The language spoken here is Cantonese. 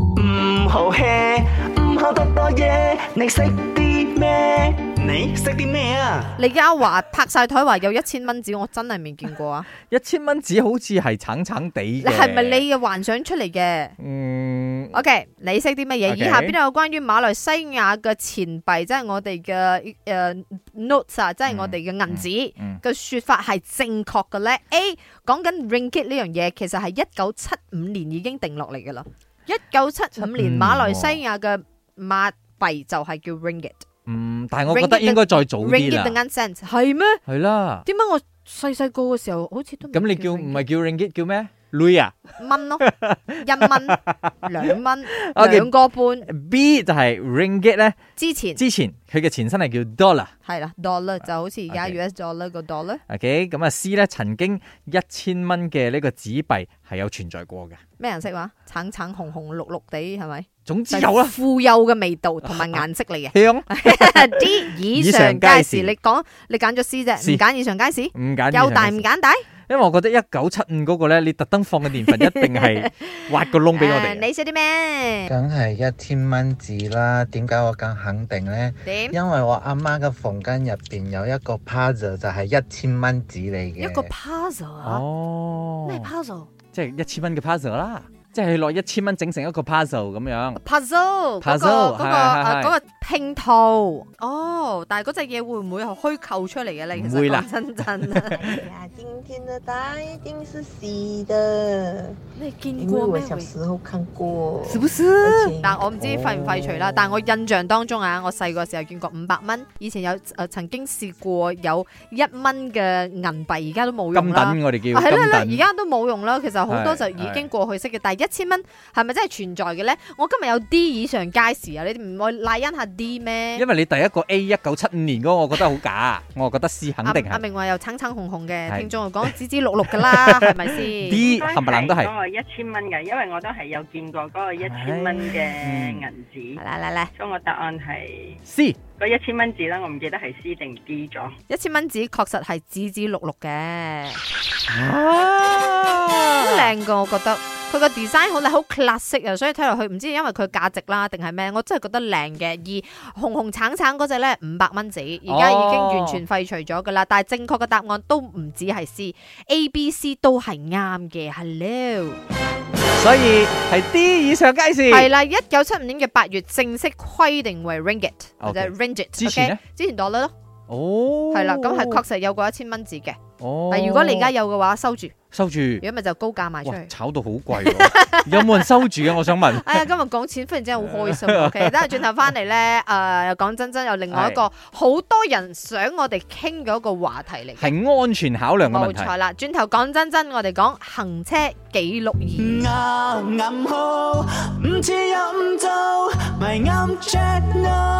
唔好 hea，唔好多多嘢，你識啲咩？你識啲咩啊？李嘉華拍晒台話有一千蚊紙，我真係未見過 啊！一千蚊紙好似係橙橙地你嘅，係咪你嘅幻想出嚟嘅嗯， ？OK，你識啲乜嘢？ OK 以下邊度有關於馬來西亞嘅錢幣，即係我哋嘅誒 notes 啊，即係我哋嘅銀紙嗯嗯嘅説法係正確嘅咧？A 講緊 ringgit 呢樣嘢，其實係一九七五年已經定落嚟嘅啦。一九七五年75馬來西亞嘅馬幣就係叫 ringgit，ringgit 嗯，但係我覺得應該再早啲定啊啦，緊 cents 係咩？係啦。點解我細細個嘅時候好似都咁你叫唔係叫 ringgit 叫咩？lui 啊蚊 咯，一蚊、兩 蚊、 OK 兩個半，B 就係 ringgit 咧，之前之前佢嘅前身係叫 dollar。係啦，dollar 就好似而家 US dollar 個 dollar OK，咁啊 C 咧曾經一千蚊嘅呢個紙幣係有存在過嘅。咩顏色話？橙橙紅紅綠綠地係咪？總之 有啦，富有嘅味道同 埋顏色嚟嘅。香 D 以以上上街皆市，是你講你揀咗 C 啫，唔 C 揀以上街市，唔簡單。又大唔揀大？因為我覺得一九七五嗰個咧，你特登放嘅年 份一定係挖個窿俾我誒哋。啊啊你識啲咩？梗係一千蚊紙啦，點解我咁肯定呢？點？因為我阿媽嘅房間入邊有一個 puzzle 就係一千蚊紙嚟嘅。一個 puzzle 啊？咩哦， puzzle？puzzle 即係一千蚊嘅 puzzle 啦，即係攞一千蚊整成一個 puzzle 咁嗰樣。個 Puzzle，嗰個係係啊係嗰個拼圖哦，但係嗰隻嘢會唔會係虛構出嚟嘅咧？其唔實會啦講真真， 哎呀，今天的答案一定是 C 的，你見因为過我咩？小時候看過。不而且但我唔知廢唔廢除啦。但我印象當中啊，我細個時候見過五百蚊，以前有誒、呃曾經試過有一蚊嘅銀幣，而家都冇用金啦。等我哋啊叫 係啦係啦，而金等。家都冇用啦。其實好多就係已經過去式嘅，但係一千蚊係咪真係存在嘅咧？我今日有 D 以上街市啊，你哋唔會賴因下 D 咩因？為你第一個 A 一九七五年嗰個，我覺得好假，我覺得 C 肯阿定阿係明話又橙橙紅紅嘅，係聽眾又講紫紫綠綠噶 啦，係咪先？ D 冚唪唥都係嗰。個一千蚊嘅，因為我都係有見過嗰個一千蚊嘅銀紙嚟，嚟嚟，所以我答案係 C 嗰一千蚊紙啦，我唔記得係 C 定 D 咗。一千蚊紙確實係紫紫綠綠嘅。好啊，靚噶，我覺得佢個 design 好靚，好 classic 啊，所以睇落去唔知因為佢價值啦定係咩，我真係覺得靚嘅。而紅紅橙橙嗰只咧五百蚊紙，而家已哦經完全廢除咗噶啦。但係正確嘅答案都唔止係 C，A、B、C 都係啱嘅。Hello，所以係 D 以上皆是。係啦，一九七五年嘅八月正式規定為 ringgit 或者 OK ringgit。之前呢之前 dollar 咯，哦，係啦，咁係確實有過一千蚊紙嘅。哦但如果你而家有嘅話，收住；收住，如果咪就高價賣出哇，去。炒到好貴喎，有冇人收住嘅？我想問。 哎呀，今日講錢忽然之間好開心。OK，等下轉頭翻嚟咧， 誒、講真真有另外一個好多人想我哋傾嘅一個話題嚟嘅，係安全考量嘅冇問題。錯啦。轉頭講真真，我哋講行車記錄儀。啱啱好，唔知有唔做，咪啱 check 咯。